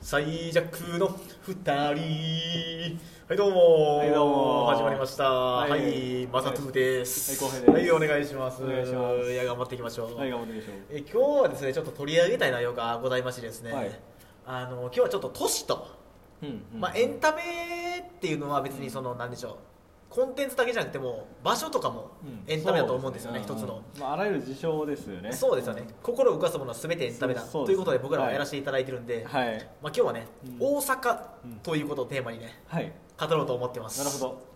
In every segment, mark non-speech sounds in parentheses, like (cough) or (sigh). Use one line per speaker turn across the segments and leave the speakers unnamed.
最弱の二人はいどうも,、
はいどうも
始まりましたはい、
い
マサトゥーです
はいはい後輩です
はいお願いします
お願いします
いや頑張っていきましょう、
はい、頑張ってみましょう。
え今日はですねちょっと取り上げたい内容がございましてですね、
はい
あの今日はちょっと都市と、
うんうん
まあ、エンタメっていうのは別にその何でしょうコンテンツだけじゃなくても場所とかもエンタメだと思うんですよね、
そ
一つの、
まあ、あらゆる事象ですよね。
そうですよね、心を動かすものは全てエンタメだ
そうそう
ということで
ですね
僕らはやらせていただいてるんで、
はい。
まあ、今日はね、
うん
大阪ということをテーマにね
はい。
語ろうと思ってます
なるほど。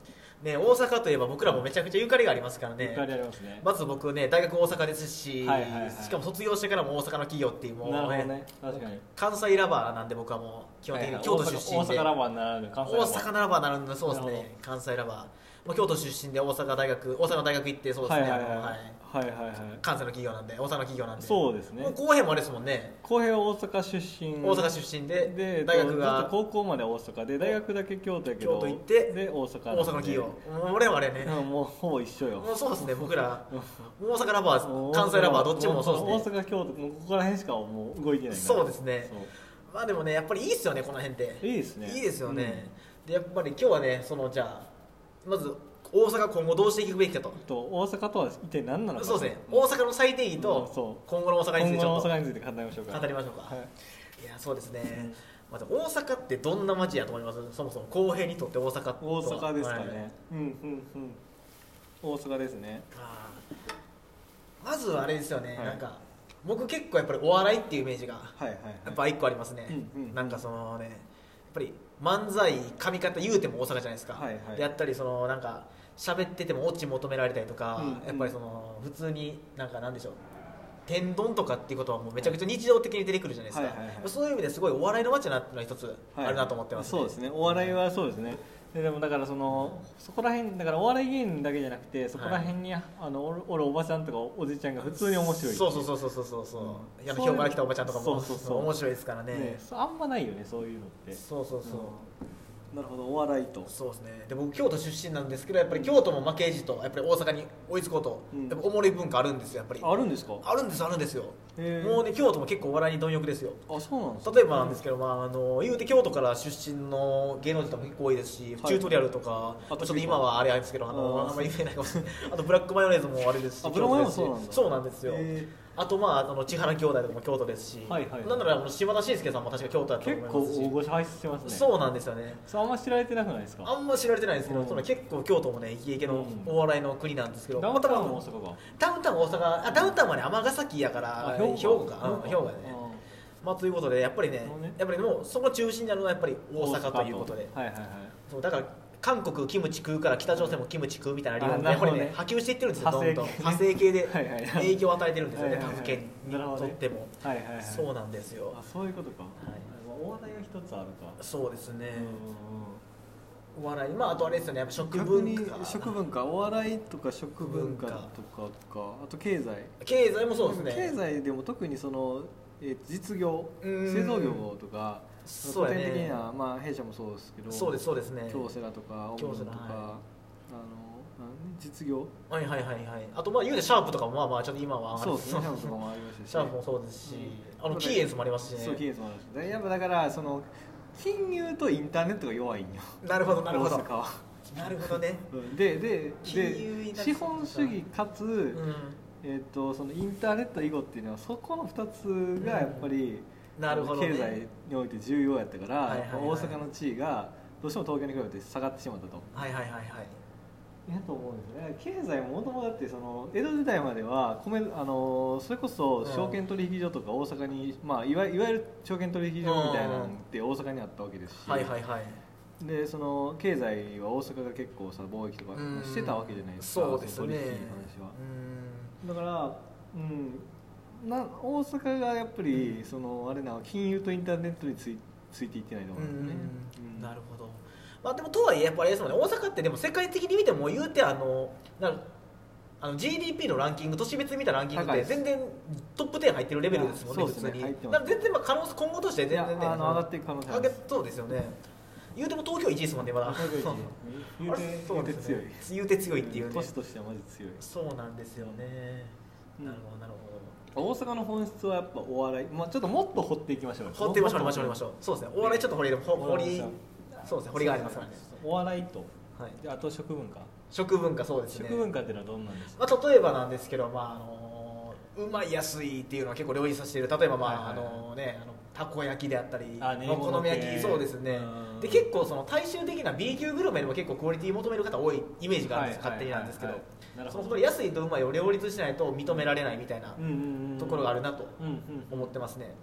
ね、大阪といえば僕らもめちゃくちゃゆかりがありますから
ゆかり
ね
ありますね。
まず僕ね大学大阪ですし、
はいはいはい
しかも卒業してからも大阪の企業っていうもうね
なるほどね。確かに。
関西ラバーなんで僕はもう基本的に京都出身
はい
で、
はい大阪大阪ラバーにならぬ関西ラ
大
バー。
阪ならばなるんでそうです
なるほ
ね関西ラバー、まあ、京都出身で大阪大学大阪の大学行ってそうです
は
ね、
いはいはい
あのは
はいいはいはい。
関西の企業なんで大阪の企業なんで
そうですね
もう。後編もあれですもんね
浩平は大阪出身。
大阪出身で
で
大
ず
学
っ
が
と高校まで大阪で大学だけ京都やけど
京都行って
で大阪
大阪の企業もう俺はあれね、
うんもうほぼ一緒よ
もうそうです
(laughs)
ね僕ら大阪ラバー関西ラバーどっちもそうですね
大阪京都もうここら辺しかもう動いてないから
そうですね
そう
まあでもねやっぱりいいっすよねこの辺って
いいですね
いいですよね、でやっぱり今日はねそのじゃあまず大阪今後どうしていくべきかと
うんと大阪とは一体何なのか
そうですね大阪の最低義
うん
と
そう
今後の大阪につい
今
てち
後
ょ
の
っ
大阪について語りましょう
と
か
語りましょうか、
はい
い、やそうですね、まず大阪ってどんな街やと思いますそもそも公平にとって大阪とは
大阪ですか
はい
ねうんうんうん大阪ですね
あーまずはあれですよね、
はい
なんか僕結構やっぱりお笑いっていうイメージが
はいはいはい
やっぱ一個ありますね、
うんうん
なんかそのねやっぱり漫才髪型言うても大阪じゃないですか、
はいはい
であったりそのなんか喋っててもオチ求められたりとか、
うんうん
やっぱりその普通になんかなんでしょう天丼とかっていうことはもうめちゃくちゃ日常的に出てくるじゃないですか、
はいはいはい
そういう意味ですごいお笑いの街だなっていうのは一つ
はい
あるなと思ってます、
そうですねお笑いはそうですねででもだからそのそこら辺だからお笑い芸人だけじゃなくてそこら辺に、あのおるおるおばちゃんとかおじちゃんが普通に面白い
そうそうそうそうそうそうそう
うん
いや今日から来たおばちゃんとかも
そうそうそう
面白いですからね
ねそうあんまないよねそういうのって
そうそうそう、
なるほどお笑いと
そうですねで僕京都出身なんですけどやっぱり京都も負けじとやっぱり大阪に追いつこうと、
うん
やっぱおもろい文化あるんですよやっぱり
あるんですか
あるんですあるんですよ
へー
もうね京都も結構お笑いに貪欲ですよ
あそうなんですか
例えばなんですけど、まあ、あの言うて京都から出身の芸能人とか結構多いですし、
はい
チュートリアルとか
あ
ちょっと今はあれあれですけどあの
あー
あんまり言えないかもしれない (laughs) あとブラックマヨネーズもあれですし
あブラックマヨネーズ
京都ですし
そう
そう
な
ん
だ
なんですよ、
へ
あとまああの千原兄弟とかも京都ですし、
はいはいはい
なんならあの島田紳介さんも確か京都だと
結
思い
構
ますし
大御所輩出してますね
そうなんですよね
そうあんま知られてなくないですか
あんま知られてないんですけど、
うん
その結構京都もねイケイケの
うん
お笑いの国なんですけど、
ダウンタウンも大阪か
ダウンタウン大阪あダウンタウンはね尼崎やから兵庫かうん兵庫やね、まあ、ということでやっぱりね
なるほどね
やっぱりもうそこ中心にあるのはやっぱり大阪ということで
はいはいはい
そうだから韓国キムチ食うから北朝鮮もキムチ食うみたいな理論で
あ
やっぱり
なる
ね
ほ
波及していってるんですよどんどん派
派
生
生
系
系ね
で
はいはいはい
影響を与えてるんですよね
はいはいはい
他府県に
なるほど
と
ね
っても
はいはいはい
そうなんですよ
あそういうこと
い
か、まあお笑いが一つあるか
そうですね
うんうんうん
お笑いまああとあれですよねやっぱ食
逆
文
に
化
食文化お笑いとか食文化とかとかあと経済
経済もそうですね
経済でも特にそのえー実業
うん
製造業とか
そうやね
古典的な、まあ、弊社もそうですけど
そうですそうですね
京セラとかオ
京
ム
セ
と
ラ
か、
はい
あのなん実業
はいはいはいはいあとまあ言うてシャープとかもまあまあちょっと今は
そうですねシャープとか
シ
もありましたし
ャープもそうですし、
うん
あのキーエンスもありますしね
そう金融もありましたでやっぱだからその金融とインターネットが弱いんよ
なるほどなるほ
大
ど
阪は
なるほどね
うんでで
金融イン
で
ターネット
資本主義かつ、
う
えー、とそのインターネット以後っていうのはそこの2つがやっぱり、
うんなるほどね
経済において重要やったから、
はいはいはい
やっぱ大阪の地位がどうしても東京に比べて下がってしまったと。
んはいはいはいはい
やと思うんですね経済もともとだってその江戸時代までは米あのそれこそ証券取引所とか大阪に、まあ、いわいわゆる証券取引所みたいなのって大阪にあったわけですし、
はいはいはい
でその経済は大阪が結構さ貿易とか
うん
してたわけじゃないですか、
そうですね
取引の話は。だから、うん、な大阪がやっぱり、そのあれな金融とインターネットについついていってないと
うん
思うんですね。
うんなるほどまあでもとはいえやっぱりあれですもんね大阪ってでも世界的に見ても言うてあのなんかあの GDP のランキング都市別見たランキングっ
高
て
いです
全然トップ10入ってるレベルですもんね
いや
普
そ
通
うですね
に
入ってます
だから全然まあ可能性今後として全然
い
ね
やあの上がっていく可能性あ
上
り
げ
ます
そうですよね言うても東京1位ですもんねまだ
言う
あ
て
れ
言
(laughs) そうう
て
です
強い
ね。言うて強いっていうね
都市としてはマジ強い。
そうなんですよね、
うん
なるほどなるほど
大阪の本質はやっぱお笑い、まあ、ちょっともっと掘っていきましょうよ
掘ってみましょう掘りましょう掘り
も
ま
っ
し
と
ょうそうですねお笑いちょっと掘り入れほ掘りそうですね掘りがありますからね
お笑いと
はい
であと食文化
食文化そうですね
食文化っていうのはどんなんですか
まあ、例えばなんですけど、まああのうまい安いっていうのは結構両立させている例えば、まあ
はいはいはい
あのね、あのたこ焼きであったり
あ練り
お
物
好み焼
系
きそうですね
うん
で結構その大衆的な B 級グルメでも結構クオリティ求める方多いイメージがあるんです、
はいは
勝
い
手になんですけど,、
はいはいなるほ
そ
ど
の本当に安いとうまいを両立しないと認められないみたいな
うんうんうん
ところがあるなと
うんうん
思ってますね。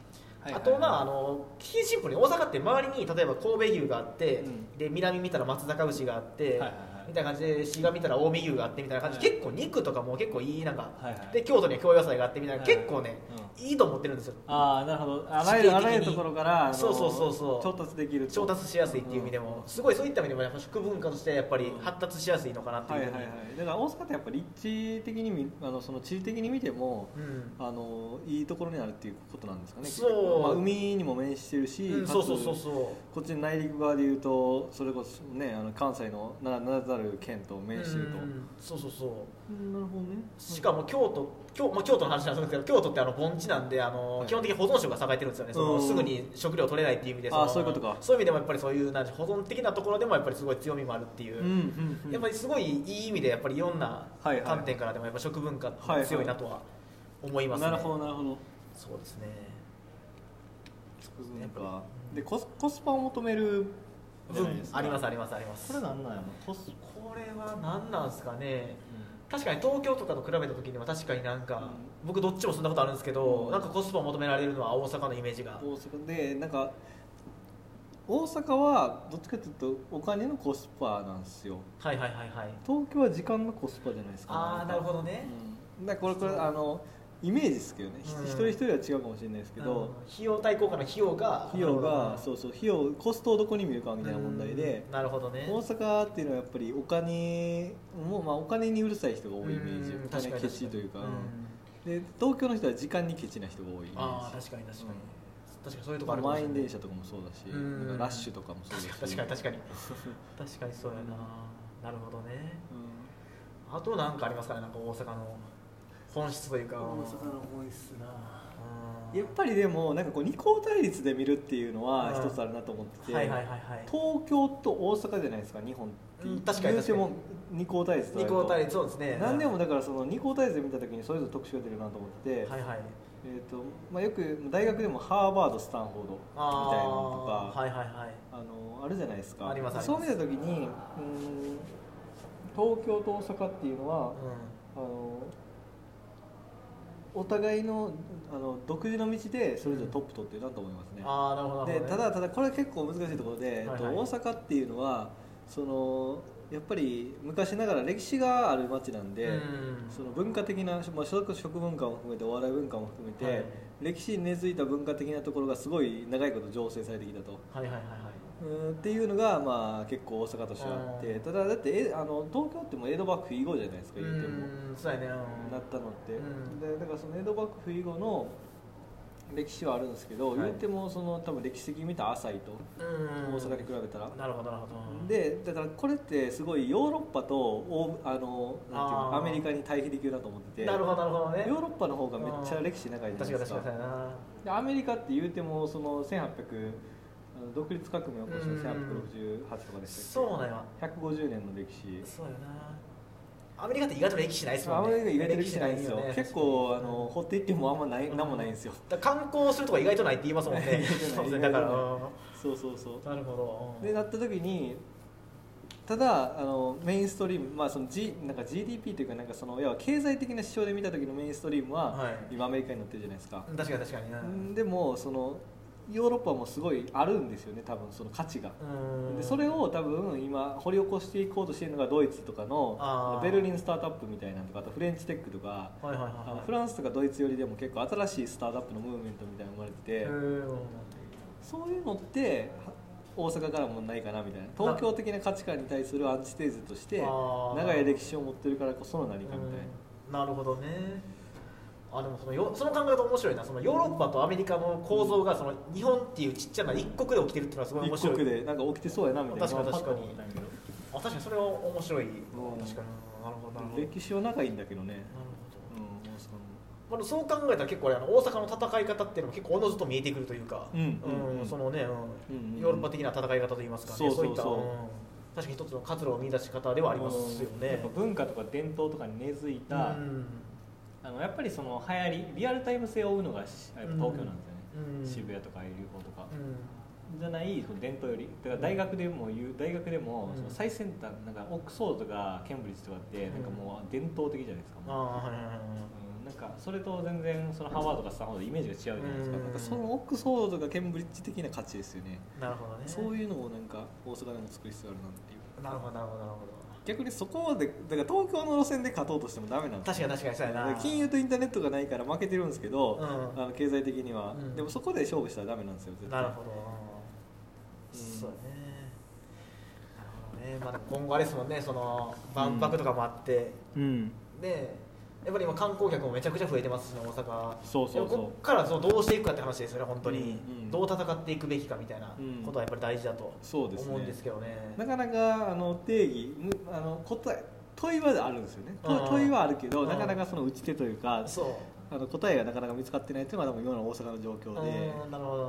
はい
あとまああ
は
の基シンプルに大阪って周りに例えば神戸牛があって、
うん
で南見たら松坂牛があって、
はいはいはい
みたいな感じで滋賀見たら近江牛があってみたいな感じで、
はい
結構肉とかも結構いいなんか、
はいはい
で京都には京野菜があってみたいな、
はいはい
結構ね、いいと思ってるんですよ
ああなるほどあらゆる
地形的に
あらゆるところからあの
そうそうそうそう
調達できると
調達しやすいっていう意味でも、すごいそういった意味でもやっぱ食文化としてやっぱり
うん
発達しやすいのかなってい
は
う
い
ふう
はい
に、
はいだから大阪ってやっぱり立地的にみあのその地理的に見ても
うん
あのいいところになるっていうことなんですかね
そう
結局まあ、海にも面してるし、
うん
かつ
そうそうそうそ
こっちの内陸側でいうとそれこそねあの関西のな名だたる県と
う、う
面してると、
ん、そうそうそう
うんなるほどね
しかも京都京,、まあ、京都の話なんですけど京都ってあの盆地なんであの、
はい
基本的に保存食が栄えてるんですよねそ
うん
のすぐに食料取れないっていう意味での
あそういうことか
そういう意味でもやっぱりそういうなんて保存的なところでもやっぱりすごい強みもあるっていう、
うんうんうん
やっぱりすごいいい意味でやっぱりいろんな
はいはい
観点からでもやっぱ食文化って強いなとは思いますね、
なるほどなるほど
そうですね
なんかでコスコスパを求めるじゃないです
うん
か
ありますありますあります
これなんなんやろコス
これは何なんですかね確かに東京とかと比べた時には確かになんか、
うん
僕どっちも住んだことあるんですけど、
うん
なんかコスパを求められるのは大阪のイメージが、
大阪でなんか大阪はどっちかというとお金のコスパなんですよ
はいはいはいはい
東京は時間のコスパじゃないですか
ああなるほ
ど
どね、
だからこれこれあのイメージですけどね、ひ
うん
一人一人は違うかもしれないですけ
なるほど
ど
費用対効果の費用が
費用が
う
そうそう費用コストをどこに見るかみたいな問題で
なるほどね
大阪っていうのはやっぱりお金もう、まあ、お金にうるさい人が多いイメージ
うん
お金ケチというか、
確に
で東京の人は時間にケチな人が多いイメージ
ああ確かに確かに、確かにそういうとこ
ま
あ
あ
るかもし
満
れない
員電車とかもそうだし、
うん
なんかラッシュとかもそうだ
(laughs) 確
し
かに確かに確かにそうやななるほどね
う
あとなんかありますかねなんか大阪の本質というか
ん大阪の多いっすな
うん
やっぱりでもなんかこう二項対立で見るっていうのは
うん
一つあるなと思ってて、
はいはいはいはい
東京と大阪じゃないですか日本って、
うん確かに
言うても二項対立とあ
二
ると
項対立そうですね
何でもだからその二項対立で見た時にそれぞれ特集が出るなと思ってて、
はいはい
えーとまあ、よく大学でもハーバードスタンフォードみたいなのとか
あーはいはいはい
あのあるじゃないですか
ありますあります
そう見た時にうーん東京と大阪っていうのは
う
あのお互いのあの独自の道でそれぞれトップ取ってるなと思いますね
ん、ああなるほどな
で
るほどね
ただただこれは結構難しいところで、えっ
はい
と
はい
大阪っていうのはそのやっぱり昔ながら歴史がある町なんで、
うん
その文化的な、まあ、食食文化も含めてお笑い文化も含めて、
はい
歴史に根付いた文化的なところがすごい長いこと醸成されてきたと。
はいはいはいは
うんっていうのが、まあ、結構大阪としてはあって
うん
ただだってえあの東京ってもう江戸幕府以後じゃないですか
い
言っても
うんそうやねうん
なったのって、
うん
でだからその江戸幕府以後の歴史はあるんですけど、
はい
言ってもその多分歴史的に見たら浅いと、
うん
大阪に比べたら、
なるほどなるほど
でだからこれってすごいヨーロッパと欧あのなんていうの
あー
アメリカに対比できるなと思ってて
なるほどなるほどね
ヨーロッパの方がめっちゃ歴史長いじゃ
確
ないで
か
す
に確
か
かにそうやな
でアメリカって言うてもその1800あの独立革命を起こしたの1868とかでした
そ
っ
うなんや
け150年の歴史
そうやなアメリカって意外と歴史ないですも
ア
んね
メリカ意外と歴史ないんですよ
歴史ね
結構あの掘っていってもあんまない
うん
何もないんですよ
だから観光するとこ意外とないって言いますもんね
(laughs) 意
(laughs) そ
外
う
と
ですね
ない
だから
意
う
外そうそうそ
んなるほ
う
ど
でなった時にただあのメインストリーム、まあ、その G なんか GDP というかなんかその要は経済的な指標で見た時のメインストリームは、
はい
今アメリカになってるじゃないですか、
うん確かに確かになうん
でもそのヨーロッパもすごいあるんですよね多分その価値が、でそれを多分今掘り起こしていこうとしてるのがドイツとかの
あー
ベルリンスタートアップみたいなのとかあとフレンチテックとか
はいはいはい
あの
はい
フランスとかドイツよりでも結構新しいスタートアップのムーブメントみたいなのが生まれてて、
うん
そういうのっては大阪からもないかなみたいな東京的な価値観に対するアンチテーゼとして
あー
長い歴史を持ってるからこその何かみたいな。
うんなるほどねあでもそのよその考え方面白いなそのヨーロッパとアメリカの構造がその日本っていうちっちゃな一国で起きてるっていうのはすごい面
一
白い
国でなんか起きてそうやなみたいな
確かに確かに
パッと思ったんやけど
あ確かにそれは面白い、
ん
確かになるほどなるほどなるほど
歴史は長いんだけどね、
なる
うん、大阪も
まあ、そう考えたら結構あれあの大阪の戦い方っていうのも結構おのずと見えてくるというか、
うんうんうん
そのね、うん
うんうん
ヨーロッパ的な戦い方といいますか、ね、
そうそうそう
いった、ん確かに一つの活路を見出し方ではありますよ
やっ
ね
ぱ。文化とか伝統とかに根付いた、
うん
あのやっぱりその流行りリアルタイム性を追うのがしやっぱ東京なんですよ
うん
ね、渋谷とか流行とか、
う
じゃないその伝統よりだから大学でも言う大学でも
うん
その最先端なんかオックスフォードとかケンブリッジとかって
うん
なんかもう伝統的じゃないです
ん、
か、
ああはいはいはいはい
うんなんかそれと全然そのハーバードとかスタンフォードイメージが違うじゃないですか,、
うん
なんかそのオックスフォードとかケンブリッジ的な価値ですよね
なるほどね
そういうのをなんか大阪でも作りつつあるなっていう
なるほどなるほどなるほ
逆にそこまでだから東京の路線で勝とうとしてもダメなん
ど
です
確かに確かにそうやな
金融とインターネットがないから負けてるんですけど、
うん
あの経済的には、
うん
でもそこで勝負したらダメなんですよ絶対
なるほど、そうやねなるほどね、まあ、でも今後あれですもんねその万博とかもあって、
うん
でやっぱり今観光客もめちゃくちゃ増えてますしね大阪
そうそうそう
でもこっからそのどうしていくかって話ですよね本当に、
うんうん
どう戦っていくべきかみたいな
うん
ことはやっぱり大事だと
そうですね
思うんですけどね,、
なかなかあの定義むあの答え問いはあるんですよねと
うん
問いはあるけ
う
ど
ん
なかなかその打ち手というか
そう
あの答えがなかなか見つかってないというのが多分今の大阪の状況で
うんなるほど、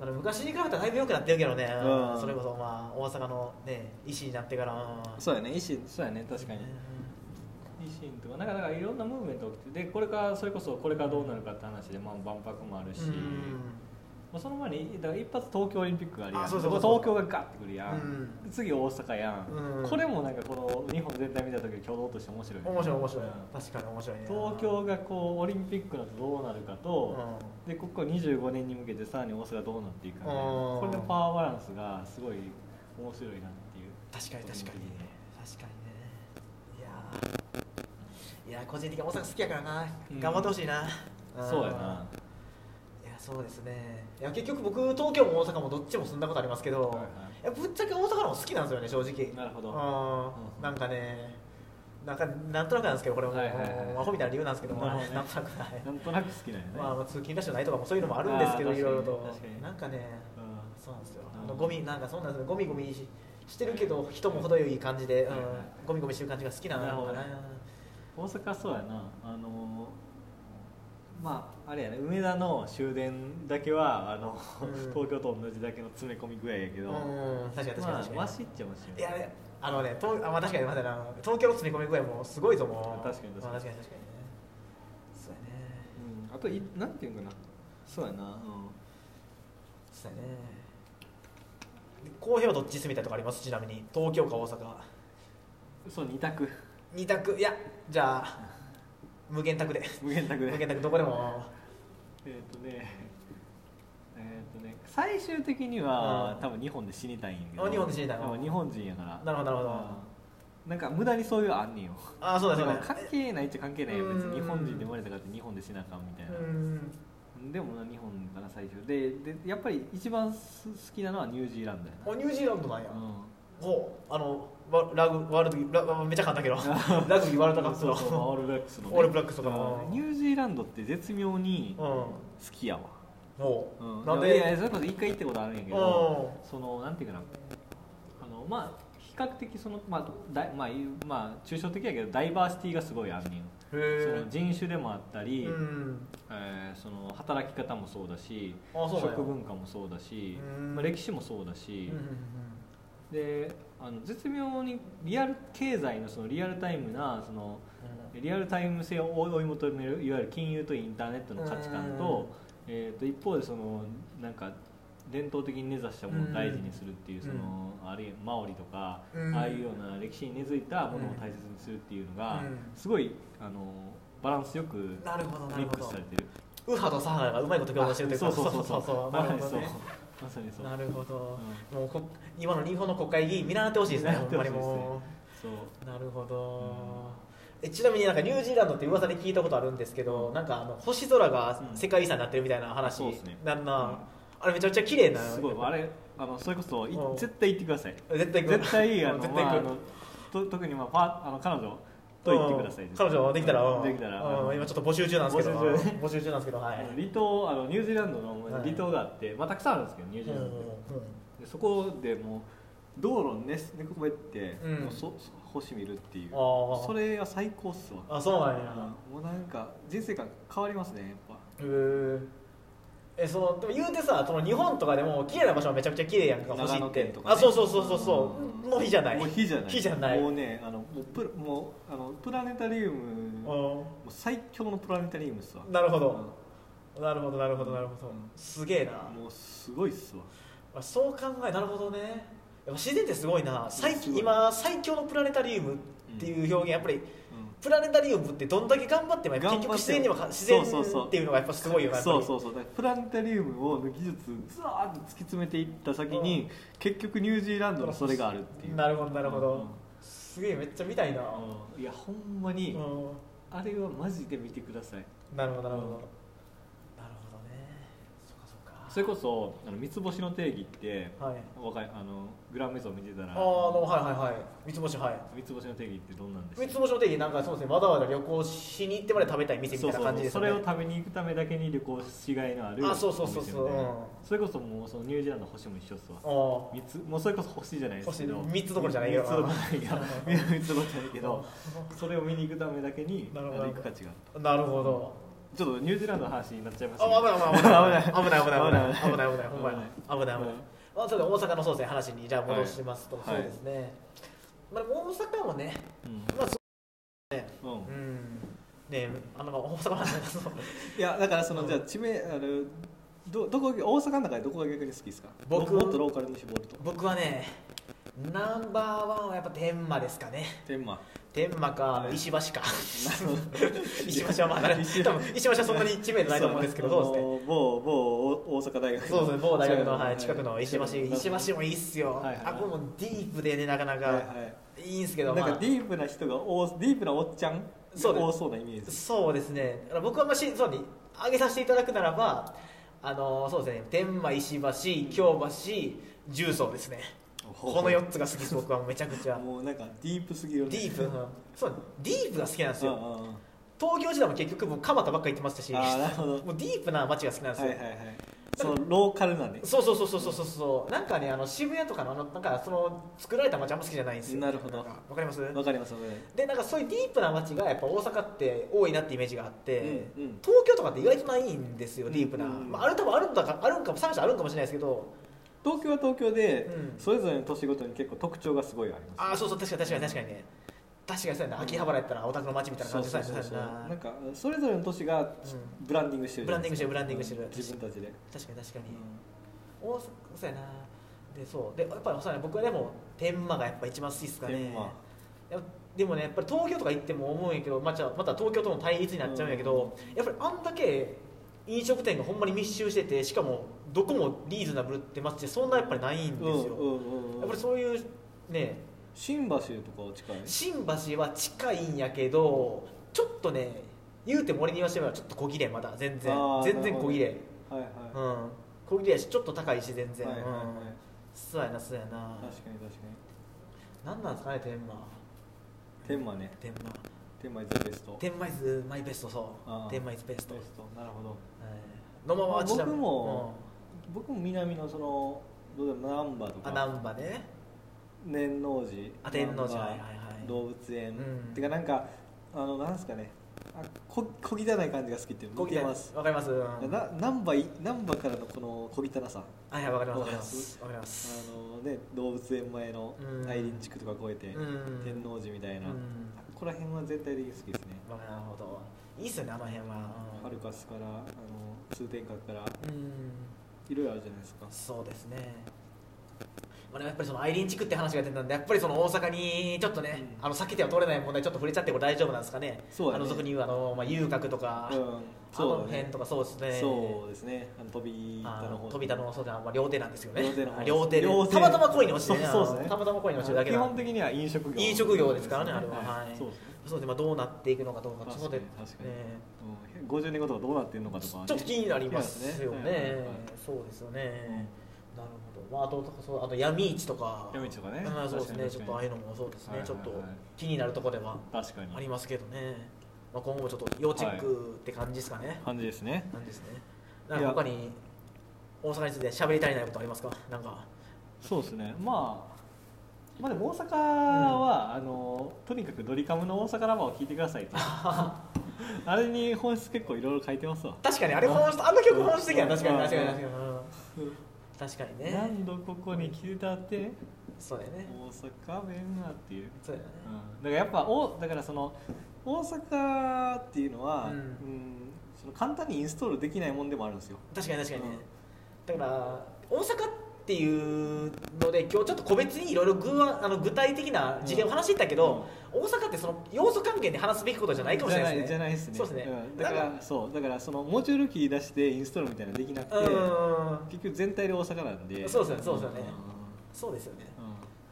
だから昔に比べたらだいぶ良くなってるけどね、
うん
それこそまあ大阪のね医師になってから、うん
そうやね維新そうやね確かに維新とかなんかだからいろんなムーブメントが起きてでこれからそれこそこれからどうなるかって話で、まあ、万博もあるし、まあ、その前にだから一発東京オリンピックがあるやん
あそうそうそう
東京がガッてくるやん、
う
次大阪やん、
うん
これもなんかこの日本全体見た時の挙動として面白い、
面白い面白い、
うん
確かに面白いね
東京がこうオリンピックだとどうなるかと、でここ25年に向けてさらに大阪がどうなっていくかね、
うん
これのパワーバランスがすごい面白いなっていう
確かに確かに確かにねいやーいやー個人的に大阪好きやからな、
うん
頑張ってほしいな、ん
そうやない
やそうですねいや結局僕東京も大阪もどっちも住んだことありますけど、
はいいはい
やぶっちゃけ大阪の方が好きなんですよね正直
なるほど
う
うんん
なんかねなんかなんとなくなんですけどこれも、
はいはいはい
うんアホみたいな理由なんですけども
なるほどね
なんとなくない
なんとなく好きなんやね、
まあ、まあ通勤ラッシュないとかもそういうのもあるんですけど
あー
いろいろと
確かに
なんかね
う
そうなんですよ
うん
あのゴミなんかそうなんですよゴミゴミししてるけど人も程よい感じで、うん
はいはい
ゴミゴミしてる感じが好きなのかな
なるほどねん大阪そうやなあのまああれやね梅田の終電だけはあの、
うん
東京と同じだけの詰め込み具合やけど、
うん確かに確かに確
ま
か
あ
に、
マシっちゃマシ
いやいやあのね東あ、まあ、確かにまだな東京の詰め込み具合もすごいと思う
確かに確か
ま
に
あ、確かに確かにねそうやね
うん、あといなんていうんかなそうやな、うん、
そうやねで浩平はどっち住みたいとかありますちなみに東京か大阪
そう二択
二択いやじゃあ無限択で
無限択で
無限択どこでも
えっ、とねえっ、とね最終的には、
うん
多分日本で死にたいんやけど
あ日本で死にたいの
多分日本人やから
なるほどなるほど
うんなんか無駄にそういうのあんねんよ
ああそうだそうだ
から関係ないっちゃ関係ないよ別
うん
に日本人で生まれたからって日本で死なあかんみたいうな、
ん
でもな日本かな最終ででやっぱり一番す好きなのはニュージーランドや
あニュージーランドなんや
な、うん
ほうあのわラグワールドラめっちゃ簡
(laughs)
単だけどラグビーワールドカップ
そうそう
の
オールブラックスのね、
オールブラックスとかの
うんニュージーランドって絶妙に
うん
好きやわ、
ほ
う、
うんなん
いやいや
で
それこそ一回行ったことあるんやけどそのなんていうかなあのまあ比較的そのまあだいまあいうまあ抽象的やけどダイバーシティがすごいあんねん
へ
そ
え
の人種でもあったり、
うん
えーその働き方もそうだし
あそうなんや
食文化もそうだし
うん、
まあ、歴史もそうだ
う
し
ん、
であの絶妙にリアル経済のそのリアルタイムなそのリアルタイム性を追い求めるいわゆる金融とインターネットの価値観
うん
と,、えー、と一方でそのなんか伝統的に根ざしたものを大事にするっていううんその、あるいはマオリとか、
うん
ああいうような歴史に根付いたものを大切にするっていうのが、
うん
すごいあのバランスよくミ
なるほどなる
ッ
ほ
ク
ど
スされてる
ウハとサハラがうまいこと共存してるというか
あそうそうそうそう
な
ま
るほ
さにそ
ど
う
ね
まさにそう
なるほど、もうこ今の日本の国会議員見習ってほしいですね、
見
ほ
習っ
ん
てほ
ま
し
に
いですね
も
そう
う。なるほど、えちなみになんかニュージーランドって噂で聞いたことあるんですけど、なんかあの星空が世界遺産になってるみたいな話、
うんそうっすね
なんな、
うん
あれめちゃくちゃ綺麗な、
すごいあれあのそれこそい
うん
絶対行ってください
絶対行く
絶対あの、
絶
ま
対
あ、あ
行く、
のと特に、まあ、パーあの彼女と行ってください、
うん彼女できたら、
うんできたら、
うん今ちょっと募集中なんですけど、
募集中
募集中なんですけど、は
あ
い
の、離島あのニュージーランドの
はい
離島があって、まあ、たくさんあるんですけどニュージーランドって、でそこでもう道路にね猫こべって、
うん
もうそそ星見るっていう
あー
それは最高っすわ
あそうなんや
もうなんか人生観変わりますねやっぱ
へーえそのでも言うてさその日本とかでも綺麗な場所はめちゃくちゃ綺麗やんか星
長野
って、
県とかね
あそうそうそうそうそうの日じゃない
もう火じゃない
火じゃない
もうねあのもうプラもうあのプラネタリウムもう
う
最強のプラネタリウムっすわ
んなるほ
うん
ど、なるほどなるほどなるほどすげえな、
もうすごいっすわ
あそう考えなるほどねやっぱ自然ってすごいな最
すごい
今最強のプラネタリウムっていう表現やっぱり
う
プラネタリウムってどんだけ頑張ってもやっぱ
頑張
結
って
局
も
自然には自然
そうそうそう
っていうのがやっぱすごいよなや
ん
っぱり
そうそうそうだからプラネタリウムを技術ずわーっと突き詰めていった先に、
う
結局ニュージーランドのそれがあるっていう
なるほどなるほど、
うん
すげえめっちゃ見たいな、
いやほんまに、
うん
あれはマジで見てください
なるほどなるほど、なるほど
うん
ねそっかそっか
それこそあの三つ星の定義って、
はい
わかりあのグランメゾン見てたら
ああのはいはいはい三つ星はい
三つ星の定義ってどんなんですか
三つ星の定義なんかそうですねわざわざ旅行しに行ってまで食べたい店みたいな感じです
そ
よ
うそうそうそれ
ね
を食べに行くためだけに旅行しがいのある
あそうそうそうそう
お店みたいな
うん
それこそもうそのニュージーランドの星も一緒っすわ
ああ
三つもうそれこそ星じゃないですけど
星三つどころじゃないけど
三つどころじゃないけど三つどころじゃないけどそれを見に行くためだけに
なるほど
あの行く価値がある
なるほど。
ちょっとニュージーランドの話になっちゃいま
あ
し
危
たけど
ない危ない危ない危ない危ない危ない危ない危ないほんまや
危
危ない危ない。まあそれで大阪のそうですね話にじゃあ戻しますと、
はい
そうですね。まあでも大阪もね、まあそうね、
うんうん
うん、ねあのまあ大阪の話なんですけど
いやだからその、
うん
じゃあ地名あのどどこ大阪の中でどこが逆に好きですか
僕
もっとローカルに絞ると
(laughs) 僕はね、ナンバーワンはやっぱ天満ですかね。
天満
天満か石橋か。 (laughs) 石橋はまあ
石
多分石橋はそんなに知名度ないと思うんですけど、そう
そう
ですね。
あの某某大阪大学
そうですね、某大学の、はい、近くの
はい
石橋、石橋もいいっすよ、
はいはい
あここもディープでね、なかな
はい
かいいんすけど、
はい、なん
ま
か
あ
デ、ィープな人が多ディープなおっちゃんが
そうです
多そうなイメージ
そうですね、だから僕はまあしそうに挙げさせていただくならば、あのそうですね、天満、石橋、京橋、重曹ですね、この4つが好きです、僕はめちゃくちゃ。
もうなんかディープすぎる
ディープ、うんそうディープが好きなんです
うんう
よ、
んうん
東京時代も結局、もう蒲田ばっかり行ってましたし、
あーなるほど
(laughs) もうディープな街が好きなんです
は
よ。
いはいはいそのローカルなんで
そうそうそうそうそうそうそうなんかねあの渋谷とかのあのなんかその作られた街あんま好きじゃないんですよ
なるほど
んかわかります
わかりますわかります
でなんかそういうディープな街がやっぱ大阪って多いなってイメージがあって、
うんうん
東京とかって意外とないんですよディープな、
うんうん
まあ、ある多分あるんだかあるんかも探しあるんかもしれないですけど
東京は東京で、
うん
それぞれの都市ごとに結構特徴がすごいあります
ああそうそう確かに確かに確かにね確かにそうやな秋葉原やったらオタクの街みたいな
そ
感
う
じ
そ
さ
う
やな
そうそう
な
なんかそれぞれの都市が
う
ブランディングしてるじゃないですか
ブランディングしてるブランディングしてる
うん自分たちで、
確かに確かに、大阪そうやなでそうでやっぱりそうやな僕はでも天満がやっぱ一番好きっすかね
天満
やっぱでもねやっぱり東京とか行っても思うんやけどまたまた東京との対立になっちゃうんやけど、やっぱりあんだけ飲食店がほんまに密集しててしかもどこもリーズナブルって街ってそんなやっぱりないんですよ、
うんうんうん
やっぱりそういうね
新橋とかは近い
新橋は近いんやけどちょっとね言うても俺に言わせればちょっと小切れまだ全然
あー
全然小切れ
はいはい、
うん小切れやしちょっと高いし全然、
はいはいは
う
い
んそうやなそうやな
確かに確かに
何なんですかね天満
天満ね
天満
天満イズベスト
天満 is マイベストそ
あ
う
ー
天満 is ベスト
ベストなるほど
のま
ま
ま
あ
ちなみ
僕
に
も僕も南のそのどうでも難波と
うん
か
あ難波ね
天王寺
あ天王寺
難波
はいはいはい
動物園、
うん
てかなんかあのなんですかねあこ小汚い感じが好きって
小
似
汚い
てます
わかりますうん
な難波い難波からのこの小汚さ
はいはいわかりますわかりますわかりま
あ
す
のね動物園前の
うん
大林地区とか越えて、
うん
天王寺みたいな、
うん
あここら辺は全体的に好きですね
わかるなるほどいいっすよねあの辺は
ハルカスからあの通天閣から
うんうん
いろいろあるじゃないですか
そうですねまあでもやっぱりそのアイリン地区って話が出てたんでやっぱりその大阪にちょっとね、
うん
あの避けては通れない問題ちょっと触れちゃっても大丈夫なんですかね
そうだね
あの俗に言うあの、まあ、遊郭とか、
うん
あ
そう
の
だね
辺とかそうですね
そうですねあの飛び板
あ
の
の
方
飛び田のそうだな、まあ、両手なんですよね
両手の方
両手で
両手
たまたま恋に落ちてね
そうそうですね
たまたま恋に落ちるだけ
基
な
本的には飲食業
飲食業ですからねあれは、はい、
そうですね
そうですねまあ、どうなっていくのかどうかそこで
確かに確かに
ね
うん50年後とかどうなってんのかと
ち
か
ょ
は
っ
ね
と気になりますよね
はいはいはいはい
そうですよね、なるほど、まあ、あとそうあと闇市とか
闇市とかね
うんそうですね
確かに確かに
ちょっとああいうのもそうですね、
はいはい
ち
はい
ょっと気になるところでは
確かに
ありますけどね、まあ、今後もちょっと要チェックって感じですかね、
感じですね
なんですねなんか
いや
他に大阪について喋り足りないことありますかなんか
そうですねまあまあでも大阪は、あのとにかくドリカムの大阪ラバーを聴いてく
(laughs)
ださいってあれに本質結構いろいろ書い
(laughs)
てますわ
確かにあれ本質あの曲
うん
本質的やな確かに
うん
確かに確かにうん確かにね
何度ここに来てたって
そうだよ
大
ね
阪弁がっていう
そうだよね
うんだからやっぱおだからその大阪っていうのは、
う
うんんその簡単にインストールできないもんでもあるんですよ
確かに確かにね
うん
だから大阪っていうので今日ちょっと個別にいろいろ具はあの具体的な事例を話していったけど、大阪ってその要素関係で話すべきことじゃないかもしれないですね
じゃないですね
そうですね、
んだから
なんか
そうだからそのモジュールキー出してインストールみたいなのできなくて、
うん
結局全体で大阪なんで
そうですよねそうですよね
う
そうですよね
ん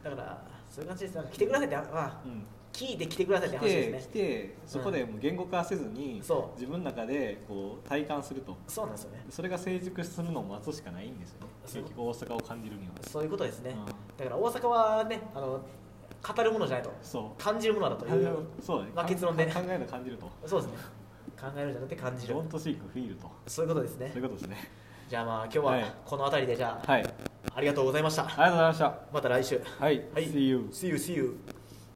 だからそういう感じですなんか来てくださいってあまあ
うんうん
聞いて来てくださいって
来
話です
て
ね
来てそこでもう言語化せずに、
そう
自分の中でこう体感すると
そうなんですよね
それが成熟するのを待つしかないんですよね
そう
結局大阪を感じるには
そういうことですね、
うん
だから大阪はねあの語るものじゃないと
そう
感じるものだという
そうだね
まあ結論で
考えるの感じると
そうですね考えるんじゃなくて感じる
Don't seek feel と
そういうことですね
そういうことですね
じゃあまあ今日ははいこの辺りでじゃあ、
はいあり
ありがとうございました
がとうございました
また来週
はい、
はい
See you
See you see you